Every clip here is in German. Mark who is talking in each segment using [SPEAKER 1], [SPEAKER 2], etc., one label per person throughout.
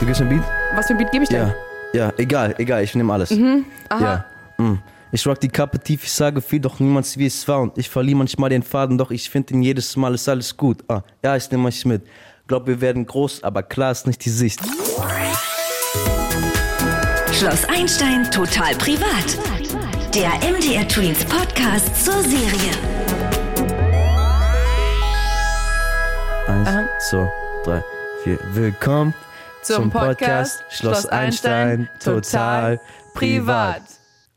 [SPEAKER 1] Du gibst mir einen Beat?
[SPEAKER 2] Was für ein Beat gebe ich denn?
[SPEAKER 1] Ja. Ja, egal, egal, ich nehme alles.
[SPEAKER 2] Aha.
[SPEAKER 1] Ja. Mm. Ich rock die Kappe tief, ich sage viel, doch niemals wie es war. Und ich verliere manchmal den Faden, doch ich finde ihn jedes Mal, ist alles gut. Ah, ja, ich nehme euch mit. Glaub, wir werden groß, aber klar ist nicht die Sicht.
[SPEAKER 3] Schloss Einstein total privat. Der MDR Twins Podcast zur Serie.
[SPEAKER 1] Eins,
[SPEAKER 2] Aha.
[SPEAKER 1] zwei, drei, vier. Willkommen
[SPEAKER 2] Zum, Podcast,
[SPEAKER 1] Schloss Einstein, total privat.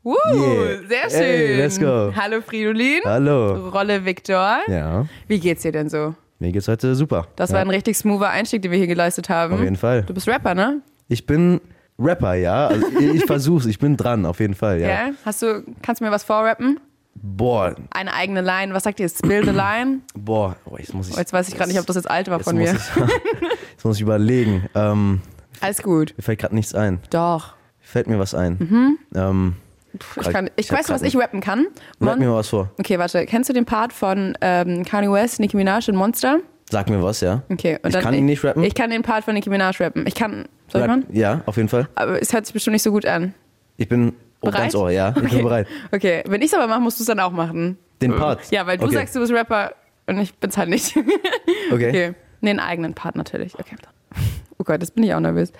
[SPEAKER 2] Woo,
[SPEAKER 1] Yeah.
[SPEAKER 2] sehr schön.
[SPEAKER 1] Hey, let's go.
[SPEAKER 2] Hallo Fridolin.
[SPEAKER 1] Hallo.
[SPEAKER 2] Rolle Viktor.
[SPEAKER 1] Ja,
[SPEAKER 2] Wie geht's dir denn so?
[SPEAKER 1] mir geht's heute super.
[SPEAKER 2] Das
[SPEAKER 1] ja.
[SPEAKER 2] war ein richtig smoother Einstieg, den wir hier geleistet haben.
[SPEAKER 1] Auf jeden Fall.
[SPEAKER 2] Du bist Rapper, ne?
[SPEAKER 1] Ich bin Rapper, ja. Also ich, ich versuch's, ich bin dran, auf jeden Fall, ja.
[SPEAKER 2] Ja. Hast du, kannst du mir was vorrappen?
[SPEAKER 1] Boah,
[SPEAKER 2] Eine eigene Line. Was sagt ihr? Spill the line?
[SPEAKER 1] boah, oh, jetzt muss ich.
[SPEAKER 2] Oh, Jetzt weiß ich gerade nicht, ob das jetzt alt war
[SPEAKER 1] jetzt
[SPEAKER 2] von
[SPEAKER 1] muss
[SPEAKER 2] mir.
[SPEAKER 1] Ich, jetzt muss ich überlegen. Ähm,
[SPEAKER 2] Alles gut.
[SPEAKER 1] mir fällt gerade nichts ein.
[SPEAKER 2] Doch.
[SPEAKER 1] Fällt mir was ein. Ähm,
[SPEAKER 2] Mhm. Ich, kann, ich
[SPEAKER 1] hab
[SPEAKER 2] weiß, was
[SPEAKER 1] grad
[SPEAKER 2] ich rappen kann.
[SPEAKER 1] sag mir
[SPEAKER 2] Mon
[SPEAKER 1] mal was vor.
[SPEAKER 2] okay, warte. Kennst du den Part von ähm, Kanye West, Nicki Minaj und Monster?
[SPEAKER 1] Sag mir was, ja.
[SPEAKER 2] Okay. Und
[SPEAKER 1] ich
[SPEAKER 2] dann,
[SPEAKER 1] kann ihn nicht rappen.
[SPEAKER 2] Ich kann den Part von Nicki Minaj rappen. Ich kann. Soll ich
[SPEAKER 1] Rap-
[SPEAKER 2] machen?
[SPEAKER 1] Ja, auf jeden Fall.
[SPEAKER 2] Aber es hört sich bestimmt nicht so gut an.
[SPEAKER 1] Ich bin oh,
[SPEAKER 2] Bereit?
[SPEAKER 1] ganz ohr, ja. Ich
[SPEAKER 2] Okay.
[SPEAKER 1] bin bereit.
[SPEAKER 2] Okay, wenn ich es aber mache, musst du es dann auch machen.
[SPEAKER 1] Den Part.
[SPEAKER 2] Ja, weil du
[SPEAKER 1] okay.
[SPEAKER 2] sagst, du bist Rapper und ich bin's halt nicht.
[SPEAKER 1] Okay.
[SPEAKER 2] Okay. Nee, einen eigenen Part natürlich. Okay. Oh Gott, jetzt bin ich auch nervös.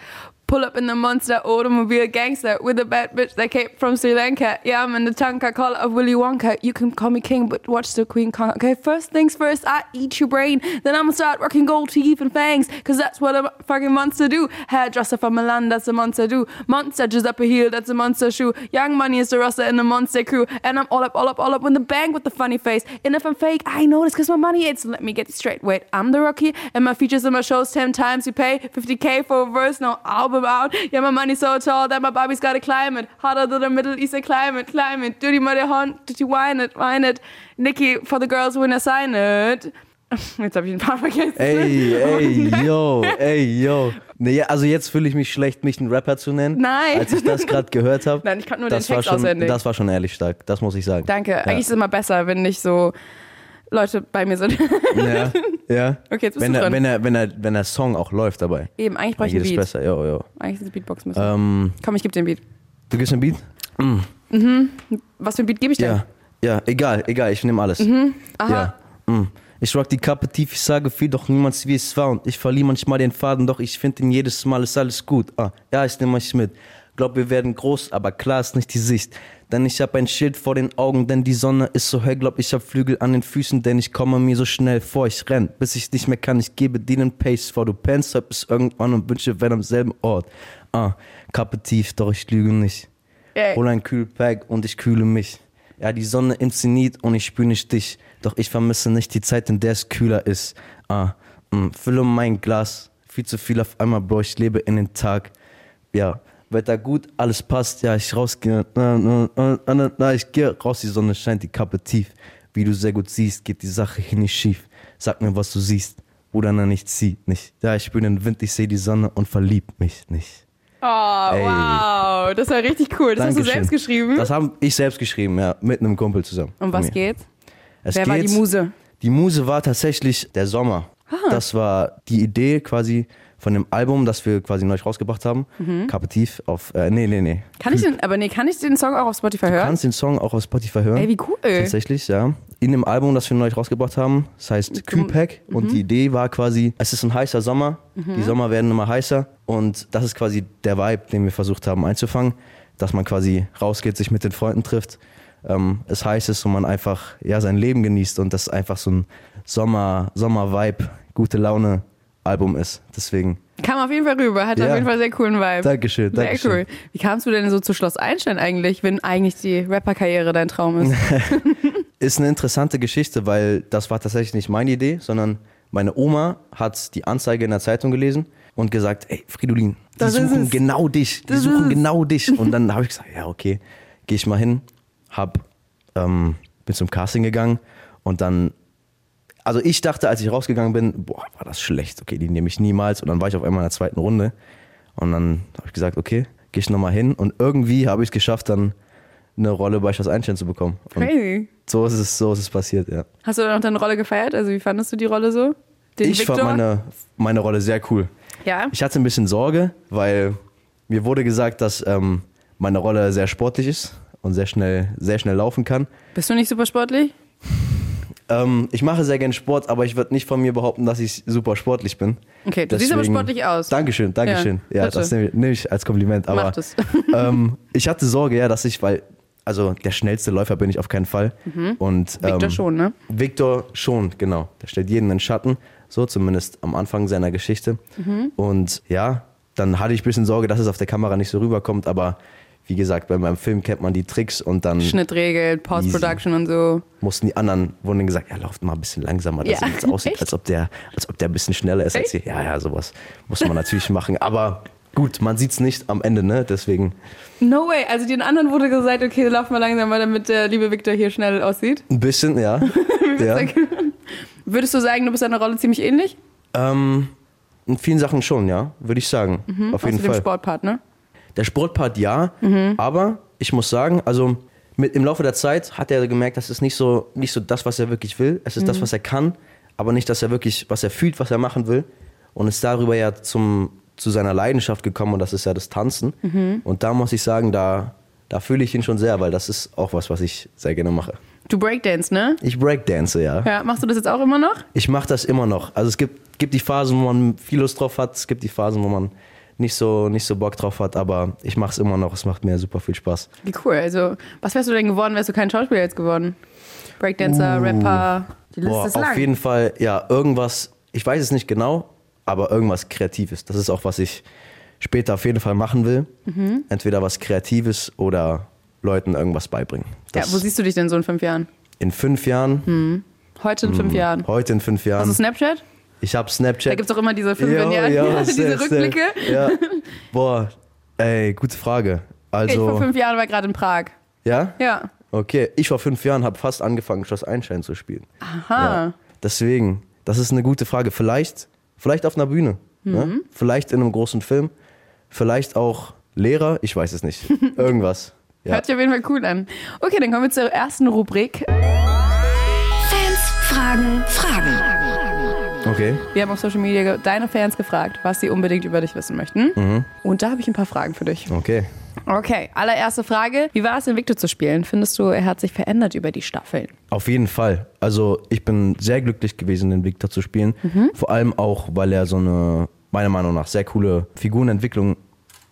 [SPEAKER 2] Pull up in the monster automobile gangster with a bad bitch that came from Sri Lanka. Yeah, I'm in the tanker call of Willy Wonka. You can call me king, but watch the queen con. Okay, first things first, I eat your brain. Then I'ma start rocking gold teeth and fangs, cause that's what a fucking monster do. Hairdresser from Milan, that's a monster do. Monster Giuseppe Heel, that's a monster shoe. Young Money is the roster in the monster crew. And I'm all up, all up, all up in the bank with the funny face. And if I'm fake, I know this cause my money it's let me get it straight. Wait, I'm the Rocky and my features and my shows 10 times you pay 50k for a verse, no album out. Yeah, my money's so tall that my Barbie's gotta climb it. Harder than the Middle Eastern climate, climate. Dirty muddy hunt, dirty wine it, wine it. Nikki for the girls when I sign it. Jetzt habe ich ein paar vergessen.
[SPEAKER 1] Ey, ey, yo, ey, yo. Nee, also jetzt fühle ich mich schlecht, mich einen Rapper zu nennen.
[SPEAKER 2] Nein.
[SPEAKER 1] Als ich das gerade gehört habe.
[SPEAKER 2] Nein, ich konnte nur den
[SPEAKER 1] das
[SPEAKER 2] Text
[SPEAKER 1] war schon,
[SPEAKER 2] auswendig.
[SPEAKER 1] Das war schon ehrlich stark, das muss ich sagen.
[SPEAKER 2] Danke. Eigentlich ist es immer besser, wenn nicht so Leute bei mir sind.
[SPEAKER 1] Ja, ja.
[SPEAKER 2] Okay, jetzt bist
[SPEAKER 1] wenn
[SPEAKER 2] du
[SPEAKER 1] der,
[SPEAKER 2] dran.
[SPEAKER 1] Wenn der, wenn, der, wenn der Song auch läuft dabei.
[SPEAKER 2] Eben, eigentlich brauche
[SPEAKER 1] Dann
[SPEAKER 2] ich einen
[SPEAKER 1] geht es
[SPEAKER 2] Beat.
[SPEAKER 1] besser, ja, ja.
[SPEAKER 2] Eigentlich sind es Beatbox müssen.
[SPEAKER 1] Ähm,
[SPEAKER 2] Komm, ich gebe dir einen Beat.
[SPEAKER 1] du gibst mir einen Beat?
[SPEAKER 2] Was für ein Beat gebe ich denn?
[SPEAKER 1] Ja. Ja, egal, egal, ich nehme alles.
[SPEAKER 2] Mhm. Aha.
[SPEAKER 1] Ja. mm. Ich rock die Kappe tief, ich sage viel, doch niemals wie es war. Und ich verliere manchmal den Faden, doch ich finde ihn jedes Mal, ist alles gut. Ah, ja, ich nehme euch mit. Glaub, wir werden groß, aber klar ist nicht die Sicht. Denn ich hab ein Schild vor den Augen, denn die Sonne ist so hell. Glaub, ich hab Flügel an den Füßen, denn ich komme mir so schnell vor. Ich renn, bis ich nicht mehr kann. Ich gebe dir den Pace vor. Du pennst heute bis irgendwann und wünsche, wenn am selben Ort. Ah, Kappe tief, doch ich lüge nicht.
[SPEAKER 2] Ey.
[SPEAKER 1] Hol ein Kühlpack und ich kühle mich. Ja, die Sonne im Zenit und ich spüre nicht dich. Doch ich vermisse nicht die Zeit, in der es kühler ist. Ah, mh, fülle mein Glas. Viel zu viel auf einmal, Bro, ich lebe in den Tag. Ja, Wetter gut, alles passt. Ja, ich rausgehe. Na, na, na, na, na, ich gehe raus, die Sonne scheint, die Kappe tief. Wie du sehr gut siehst, geht die Sache hier nicht schief. Sag mir, was du siehst. Bruder, na, nicht zieh nicht. Ja, ich spüre den Wind, ich sehe die Sonne und verlieb mich nicht.
[SPEAKER 2] Oh,
[SPEAKER 1] Ey.
[SPEAKER 2] wow. Das war richtig cool. Das hast du
[SPEAKER 1] Dankeschön.
[SPEAKER 2] selbst geschrieben.
[SPEAKER 1] Das haben ich selbst geschrieben, ja, mit einem Kumpel zusammen.
[SPEAKER 2] um was
[SPEAKER 1] Von mir.
[SPEAKER 2] geht's?
[SPEAKER 1] Es
[SPEAKER 2] Wer war die
[SPEAKER 1] geht-
[SPEAKER 2] Muse? Ah.
[SPEAKER 1] Die Muse war tatsächlich der Sommer. Das war die Idee quasi von dem Album, das wir quasi neu rausgebracht haben.
[SPEAKER 2] Mhm.
[SPEAKER 1] Kapitiv auf, äh, nee, nee, nee.
[SPEAKER 2] Kann ich den, aber nee, kann ich den Song auch auf Spotify
[SPEAKER 1] Du
[SPEAKER 2] hören?
[SPEAKER 1] kannst den Song auch auf Spotify hören.
[SPEAKER 2] Ey, wie cool.
[SPEAKER 1] Tatsächlich, ja. In dem Album, das wir neu rausgebracht haben, das heißt Kühlpack.
[SPEAKER 2] Mhm.
[SPEAKER 1] Und die Idee war quasi, es ist ein heißer Sommer, die Sommer werden immer heißer. Und das ist quasi der Vibe, den wir versucht haben einzufangen, dass man quasi rausgeht, sich mit den Freunden trifft. Ähm, es heiß ist und man einfach ja, sein Leben genießt und das einfach so ein Sommer, Sommer-Vibe, gute Laune. Album ist. Deswegen.
[SPEAKER 2] Kam auf jeden Fall rüber. Hat auf
[SPEAKER 1] Ja.
[SPEAKER 2] jeden Fall sehr coolen Vibe.
[SPEAKER 1] Dankeschön,
[SPEAKER 2] sehr
[SPEAKER 1] Dankeschön.
[SPEAKER 2] cool. Wie kamst du denn so zu Schloss Einstein eigentlich, wenn eigentlich die Rapper-Karriere dein Traum ist?
[SPEAKER 1] ist eine interessante Geschichte, weil das war tatsächlich nicht meine Idee, sondern meine Oma hat die Anzeige in der Zeitung gelesen und gesagt, ey, Fridolin, die
[SPEAKER 2] Das ist
[SPEAKER 1] suchen
[SPEAKER 2] es.
[SPEAKER 1] genau dich, die
[SPEAKER 2] Das ist
[SPEAKER 1] suchen
[SPEAKER 2] es.
[SPEAKER 1] genau dich. Und dann habe ich gesagt, ja, okay, gehe ich mal hin, hab, ähm, bin zum Casting gegangen und dann, also ich dachte, als ich rausgegangen bin, boah, war das schlecht, okay, die nehme ich niemals. Und dann war ich auf einmal in der zweiten Runde und dann habe ich gesagt, okay, gehe ich nochmal hin und irgendwie habe ich es geschafft, dann eine Rolle bei Schloss Einstein zu bekommen. Und
[SPEAKER 2] Crazy.
[SPEAKER 1] so ist es, so ist es passiert, ja.
[SPEAKER 2] Hast du dann auch deine Rolle gefeiert? Also wie fandest du die Rolle so? Den
[SPEAKER 1] ich
[SPEAKER 2] Victor?
[SPEAKER 1] fand meine, meine Rolle sehr cool.
[SPEAKER 2] ja?
[SPEAKER 1] Ich hatte ein bisschen Sorge, weil mir wurde gesagt, dass ähm, meine Rolle sehr sportlich ist und sehr schnell, sehr schnell laufen kann.
[SPEAKER 2] Bist du nicht super sportlich?
[SPEAKER 1] Ähm, ich mache sehr gern Sport, aber ich würde nicht von mir behaupten, dass ich super sportlich bin.
[SPEAKER 2] Okay, du siehst aber
[SPEAKER 1] Deswegen-
[SPEAKER 2] sportlich aus.
[SPEAKER 1] Dankeschön, Dankeschön.
[SPEAKER 2] Ja,
[SPEAKER 1] Ja,
[SPEAKER 2] bitte.
[SPEAKER 1] das nehme ich, nehme ich als Kompliment. Aber
[SPEAKER 2] Macht es.
[SPEAKER 1] ähm, ich hatte Sorge, ja, dass ich, weil, also der schnellste Läufer bin ich auf keinen Fall. Und, ähm,
[SPEAKER 2] Mhm. Victor schon, ne?
[SPEAKER 1] Victor schon, genau. Der stellt jeden in den Schatten, so zumindest am Anfang seiner Geschichte.
[SPEAKER 2] Mhm.
[SPEAKER 1] Und ja, dann hatte ich ein bisschen Sorge, dass es auf der Kamera nicht so rüberkommt, aber wie gesagt, bei meinem Film kennt man die Tricks und dann
[SPEAKER 2] Schnittregeln, Post-Production und so.
[SPEAKER 1] mussten die anderen, wurden dann gesagt, ja, lauft mal ein bisschen langsamer, dass
[SPEAKER 2] Ja.
[SPEAKER 1] es jetzt aussieht,
[SPEAKER 2] Echt?
[SPEAKER 1] als ob, der, als ob der ein bisschen schneller ist als
[SPEAKER 2] Echt?
[SPEAKER 1] sie. Ja, ja, sowas muss man natürlich machen, aber gut, man sieht es nicht am Ende, ne, deswegen
[SPEAKER 2] No way. Also den anderen wurde gesagt, okay, lauf mal langsamer, damit der liebe Victor hier schnell aussieht.
[SPEAKER 1] ein bisschen, ja. ja.
[SPEAKER 2] Würdest du sagen, du bist deiner Rolle ziemlich ähnlich?
[SPEAKER 1] Ähm, in vielen Sachen schon, ja, würde ich sagen, auf jeden
[SPEAKER 2] Außer dem
[SPEAKER 1] Fall.
[SPEAKER 2] Sportpart, ne?
[SPEAKER 1] Der Sportpart ja, aber ich muss sagen, also mit, im Laufe der Zeit hat er gemerkt, das ist nicht so, nicht so das, was er wirklich will. Es ist das, was er kann, aber nicht, dass er wirklich, was er fühlt, was er machen will. Und ist darüber ja zum, zu seiner Leidenschaft gekommen und das ist ja das Tanzen. Und da muss ich sagen, da, da fühle ich ihn schon sehr, weil das ist auch was, was ich sehr gerne mache.
[SPEAKER 2] Du Breakdance, ne?
[SPEAKER 1] Ich breakdance, ja.
[SPEAKER 2] Ja, machst du das jetzt auch immer noch?
[SPEAKER 1] Ich mache das immer noch. Also es gibt, gibt die Phasen, wo man viel Lust drauf hat, es gibt die Phasen, wo man nicht so, nicht so Bock drauf hat, aber ich mache es immer noch. Es macht mir super viel Spaß.
[SPEAKER 2] Wie cool. Also, was wärst du denn geworden, wärst du kein Schauspieler jetzt geworden? Breakdancer, Rapper. Die Liste
[SPEAKER 1] Uh. Boah,
[SPEAKER 2] ist lang.
[SPEAKER 1] auf jeden Fall, ja, irgendwas, ich weiß es nicht genau, aber irgendwas Kreatives. Das ist auch, was ich später auf jeden Fall machen will.
[SPEAKER 2] Mhm.
[SPEAKER 1] Entweder was Kreatives oder Leuten irgendwas beibringen.
[SPEAKER 2] ja,
[SPEAKER 1] Das
[SPEAKER 2] wo Hm. siehst du dich denn so in fünf Jahren?
[SPEAKER 1] in fünf Jahren,
[SPEAKER 2] Heute in
[SPEAKER 1] Hm.
[SPEAKER 2] fünf Jahren.
[SPEAKER 1] heute in fünf Jahren,
[SPEAKER 2] Hast du Snapchat?
[SPEAKER 1] ich habe
[SPEAKER 2] Da
[SPEAKER 1] Snapchat.
[SPEAKER 2] gibt es auch immer diese fünf
[SPEAKER 1] Jo,
[SPEAKER 2] Jahren,
[SPEAKER 1] jo,
[SPEAKER 2] diese
[SPEAKER 1] safe, safe.
[SPEAKER 2] Rückblicke.
[SPEAKER 1] Ja. Boah, ey, gute Frage.
[SPEAKER 2] Ich vor
[SPEAKER 1] Also,
[SPEAKER 2] fünf Jahren war gerade in Prag.
[SPEAKER 1] ja?
[SPEAKER 2] Ja.
[SPEAKER 1] Okay, ich vor fünf Jahren habe fast angefangen, Schloss Einstein zu spielen.
[SPEAKER 2] Aha.
[SPEAKER 1] Ja. Deswegen, das ist eine gute Frage. Vielleicht, vielleicht auf einer Bühne, ne? vielleicht in einem großen Film, vielleicht auch Lehrer, ich weiß es nicht. Irgendwas. Ja.
[SPEAKER 2] Hört sich auf jeden Fall cool an. Okay, dann kommen wir zur ersten Rubrik.
[SPEAKER 3] Fans fragen Fragen.
[SPEAKER 1] Okay.
[SPEAKER 2] Wir haben auf Social Media ge- deine Fans gefragt, was sie unbedingt über dich wissen möchten.
[SPEAKER 1] Mhm.
[SPEAKER 2] Und da habe ich ein paar Fragen für dich.
[SPEAKER 1] Okay.
[SPEAKER 2] Okay, allererste Frage. Wie war es, den Victor zu spielen? Findest du, er hat sich verändert über die Staffeln?
[SPEAKER 1] Auf jeden Fall. Also ich bin sehr glücklich gewesen, den Victor zu spielen. Vor allem auch, weil er so eine, meiner Meinung nach, sehr coole Figurenentwicklung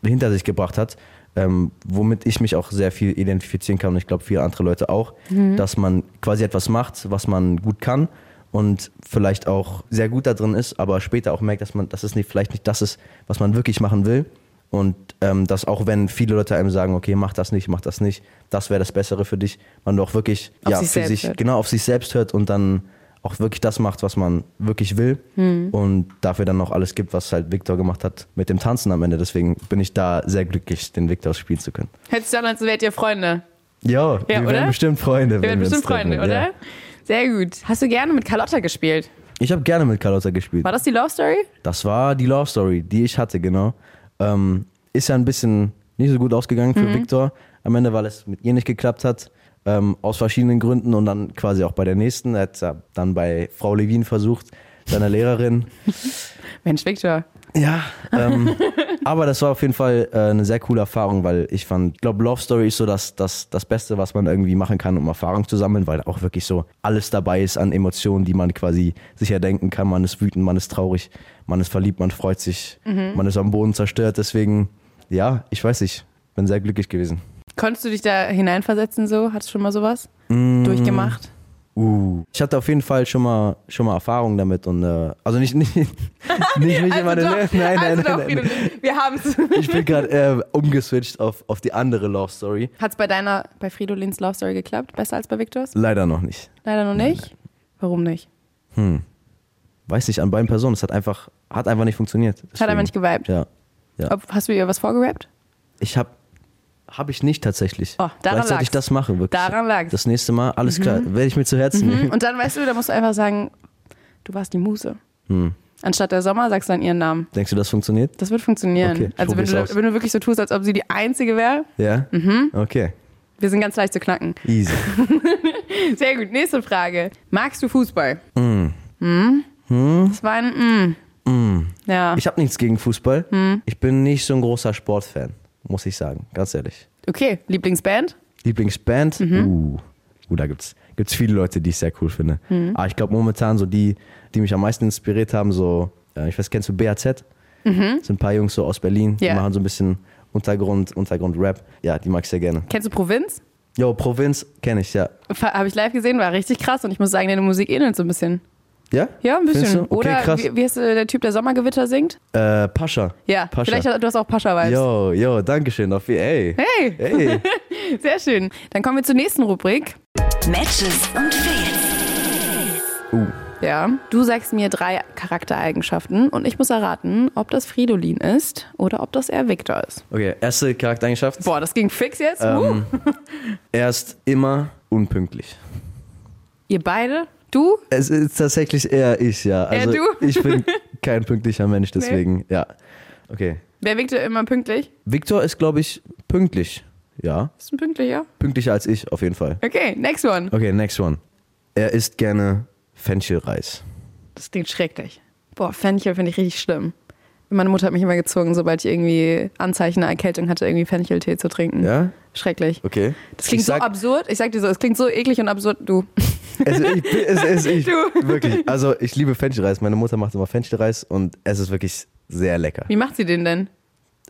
[SPEAKER 1] hinter sich gebracht hat, ähm, womit ich mich auch sehr viel identifizieren kann und ich glaube viele andere Leute auch, dass man quasi etwas macht, was man gut kann und vielleicht auch sehr gut da drin ist, aber später auch merkt, dass man, dass es nicht, vielleicht nicht das ist, was man wirklich machen will. Und ähm, dass auch wenn viele Leute einem sagen, okay, mach das nicht, mach das nicht, das wäre das Bessere für dich, man doch wirklich
[SPEAKER 2] Auf
[SPEAKER 1] ja,
[SPEAKER 2] sich
[SPEAKER 1] für
[SPEAKER 2] selbst
[SPEAKER 1] sich,
[SPEAKER 2] hört.
[SPEAKER 1] genau auf sich selbst hört und dann auch wirklich das macht, was man wirklich will
[SPEAKER 2] Hm.
[SPEAKER 1] und dafür dann auch alles gibt, was halt Victor gemacht hat mit dem Tanzen am Ende. Deswegen bin ich da sehr glücklich, den Victor spielen zu können.
[SPEAKER 2] Hört sich an, als wärt ihr Freunde.
[SPEAKER 1] Ja, wir
[SPEAKER 2] oder?
[SPEAKER 1] werden bestimmt Freunde.
[SPEAKER 2] Ihr
[SPEAKER 1] wenn
[SPEAKER 2] werdet
[SPEAKER 1] wir
[SPEAKER 2] bestimmt
[SPEAKER 1] uns treffen,
[SPEAKER 2] Freunde, oder?
[SPEAKER 1] Ja.
[SPEAKER 2] Sehr gut. Hast du gerne mit Carlotta gespielt?
[SPEAKER 1] Ich habe gerne mit Carlotta gespielt.
[SPEAKER 2] War das die Love Story?
[SPEAKER 1] Das war die Love Story, die ich hatte, genau. Ähm, ist ja ein bisschen nicht so gut ausgegangen
[SPEAKER 2] Mhm.
[SPEAKER 1] für Victor am Ende, weil es mit ihr nicht geklappt hat. Ähm, aus verschiedenen Gründen und dann quasi auch bei der nächsten. Er hat ja dann bei Frau Levin versucht, seiner Lehrerin.
[SPEAKER 2] Mensch, Victor.
[SPEAKER 1] Ja, ähm, aber das war auf jeden Fall äh, eine sehr coole Erfahrung, weil ich fand, ich glaube, Love Story ist so das, das, das Beste, was man irgendwie machen kann, um Erfahrung zu sammeln, weil auch wirklich so alles dabei ist an Emotionen, die man quasi sich erdenken kann. Man ist wütend, man ist traurig, man ist verliebt, man freut sich,
[SPEAKER 2] Mhm.
[SPEAKER 1] man ist am Boden zerstört. Deswegen, ja, ich weiß nicht, bin sehr glücklich gewesen.
[SPEAKER 2] Konntest du dich da hineinversetzen so? Hattest du schon mal sowas
[SPEAKER 1] Mm.
[SPEAKER 2] durchgemacht?
[SPEAKER 1] Uh. Ich hatte auf jeden Fall schon mal, schon mal Erfahrung damit und äh, also nicht, nicht, nicht mich in meine
[SPEAKER 2] Also
[SPEAKER 1] Nein,
[SPEAKER 2] doch,
[SPEAKER 1] nein, nein,
[SPEAKER 2] also doch,
[SPEAKER 1] nein, nein.
[SPEAKER 2] Friedel, wir haben es.
[SPEAKER 1] Ich bin gerade äh, umgeswitcht auf, auf die andere Love Story.
[SPEAKER 2] Hat es bei deiner, bei Fridolins Love Story geklappt? Besser als bei Victors?
[SPEAKER 1] Leider noch nicht.
[SPEAKER 2] Leider noch nicht. Warum nicht?
[SPEAKER 1] Weiß nicht, an beiden Personen. Es hat einfach, hat einfach nicht funktioniert.
[SPEAKER 2] Hat einfach
[SPEAKER 1] Deswegen-
[SPEAKER 2] nicht geweibt.
[SPEAKER 1] Ja. ja.
[SPEAKER 2] Ob, hast du ihr was vorgerappt?
[SPEAKER 1] Ich habe habe ich nicht tatsächlich.
[SPEAKER 2] Oh, daran
[SPEAKER 1] Vielleicht sollte
[SPEAKER 2] lag's.
[SPEAKER 1] ich das machen, wirklich.
[SPEAKER 2] Daran lag's. Mhm.
[SPEAKER 1] Das nächste Mal, alles klar, werde ich mir zu Herzen nehmen.
[SPEAKER 2] Und dann weißt du, da musst du einfach sagen, du warst die Muse.
[SPEAKER 1] Mhm.
[SPEAKER 2] Anstatt der Sommer sagst du dann ihren Namen.
[SPEAKER 1] Denkst du, das funktioniert?
[SPEAKER 2] Das wird funktionieren.
[SPEAKER 1] Okay, ich
[SPEAKER 2] also wenn
[SPEAKER 1] probier's
[SPEAKER 2] du,
[SPEAKER 1] aus.
[SPEAKER 2] wenn du wirklich so tust, als ob sie die Einzige wäre,
[SPEAKER 1] Ja? Mhm. Okay,
[SPEAKER 2] wir sind ganz leicht zu knacken.
[SPEAKER 1] easy. Mhm.
[SPEAKER 2] Sehr gut, nächste Frage. Magst du Fußball? Mhm. Das war ein mm. Ja.
[SPEAKER 1] Ich habe nichts gegen Fußball.
[SPEAKER 2] Mhm.
[SPEAKER 1] Ich bin nicht so ein großer Sportfan, muss ich sagen, ganz ehrlich.
[SPEAKER 2] okay, Lieblingsband?
[SPEAKER 1] Lieblingsband?
[SPEAKER 2] Mhm.
[SPEAKER 1] Uh. uh, da gibt's gibt's viele Leute, die ich sehr cool finde.
[SPEAKER 2] Mhm.
[SPEAKER 1] Aber ich glaube momentan so die, die mich am meisten inspiriert haben, so äh, ich weiß, kennst du BAZ? Sind ein paar Jungs so aus Berlin,
[SPEAKER 2] Mhm. Ja.
[SPEAKER 1] die machen so ein bisschen Untergrund, Untergrund-Rap. Ja, die mag ich sehr gerne.
[SPEAKER 2] Kennst du Provinz?
[SPEAKER 1] Jo, Provinz kenne ich, ja.
[SPEAKER 2] Habe ich live gesehen, war richtig krass und ich muss sagen, deine Musik ähnelt so ein bisschen.
[SPEAKER 1] Ja?
[SPEAKER 2] Ja, ein
[SPEAKER 1] Findest
[SPEAKER 2] bisschen.
[SPEAKER 1] du? Okay,
[SPEAKER 2] Oder
[SPEAKER 1] krass.
[SPEAKER 2] Wie, wie heißt äh, der Typ, der Sommergewitter singt?
[SPEAKER 1] Äh, Pascha.
[SPEAKER 2] Ja,
[SPEAKER 1] Pascha.
[SPEAKER 2] vielleicht hat, du hast auch Pascha-Vibes.
[SPEAKER 1] Jo, jo, Dankeschön. Auf, ey.
[SPEAKER 2] Hey.
[SPEAKER 1] Hey.
[SPEAKER 2] Sehr schön. Dann kommen wir zur nächsten Rubrik.
[SPEAKER 3] Matches und Fails.
[SPEAKER 2] Ja. Du sagst mir drei Charaktereigenschaften und ich muss erraten, ob das Fridolin ist oder ob das eher Victor ist.
[SPEAKER 1] Okay, erste Charaktereigenschaft.
[SPEAKER 2] Boah, das ging fix jetzt.
[SPEAKER 1] Ähm.
[SPEAKER 2] uh.
[SPEAKER 1] Er ist immer unpünktlich.
[SPEAKER 2] Ihr beide? Du?
[SPEAKER 1] Es ist tatsächlich eher ich, ja. Also
[SPEAKER 2] du?
[SPEAKER 1] ich bin kein pünktlicher Mensch, deswegen, ja. Okay.
[SPEAKER 2] Wer Victor immer pünktlich?
[SPEAKER 1] Victor ist, glaube ich, pünktlich. Ja.
[SPEAKER 2] Ist ein pünktlicher?
[SPEAKER 1] Pünktlicher als ich, auf jeden Fall.
[SPEAKER 2] Okay, next one.
[SPEAKER 1] Okay, next one. Er isst gerne Fenchelreis.
[SPEAKER 2] Das klingt schrecklich. Boah, Fenchel finde ich richtig schlimm. Meine Mutter hat mich immer gezwungen, sobald ich irgendwie Anzeichen einer Erkältung hatte, irgendwie Fencheltee zu trinken.
[SPEAKER 1] Ja?
[SPEAKER 2] Schrecklich.
[SPEAKER 1] Okay.
[SPEAKER 2] Das klingt
[SPEAKER 1] ich sag,
[SPEAKER 2] so absurd. Ich sag dir so, es klingt so eklig und absurd. Du.
[SPEAKER 1] Es, ich, bin- es ist ich.
[SPEAKER 2] Du.
[SPEAKER 1] Wirklich. Also ich liebe Fenchelreis. Meine Mutter macht immer Fenchelreis und es ist wirklich sehr lecker.
[SPEAKER 2] Wie macht sie den denn?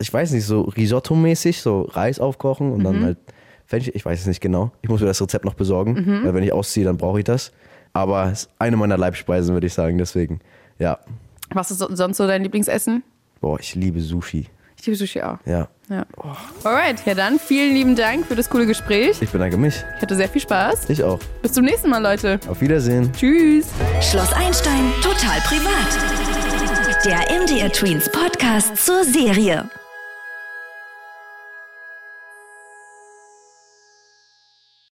[SPEAKER 1] ich weiß nicht, so Risotto-mäßig, so Reis aufkochen und dann halt Fenchel, ich weiß es nicht genau. Ich muss mir das Rezept noch besorgen, weil wenn ich ausziehe, dann brauche ich das. Aber es ist eine meiner Leibspeisen, würde ich sagen, deswegen. Ja,
[SPEAKER 2] Was ist so- sonst so dein Lieblingsessen?
[SPEAKER 1] boah, ich liebe Sushi.
[SPEAKER 2] Ich liebe Sushi auch.
[SPEAKER 1] Ja,
[SPEAKER 2] Ja. Alright, ja dann vielen lieben Dank für das coole Gespräch.
[SPEAKER 1] ich bedanke mich.
[SPEAKER 2] Ich hatte sehr viel Spaß.
[SPEAKER 1] Ich auch.
[SPEAKER 2] Bis zum nächsten Mal, Leute.
[SPEAKER 1] Auf Wiedersehen.
[SPEAKER 2] Tschüss.
[SPEAKER 3] Schloss Einstein total privat. Der MDR Tweens Podcast zur Serie.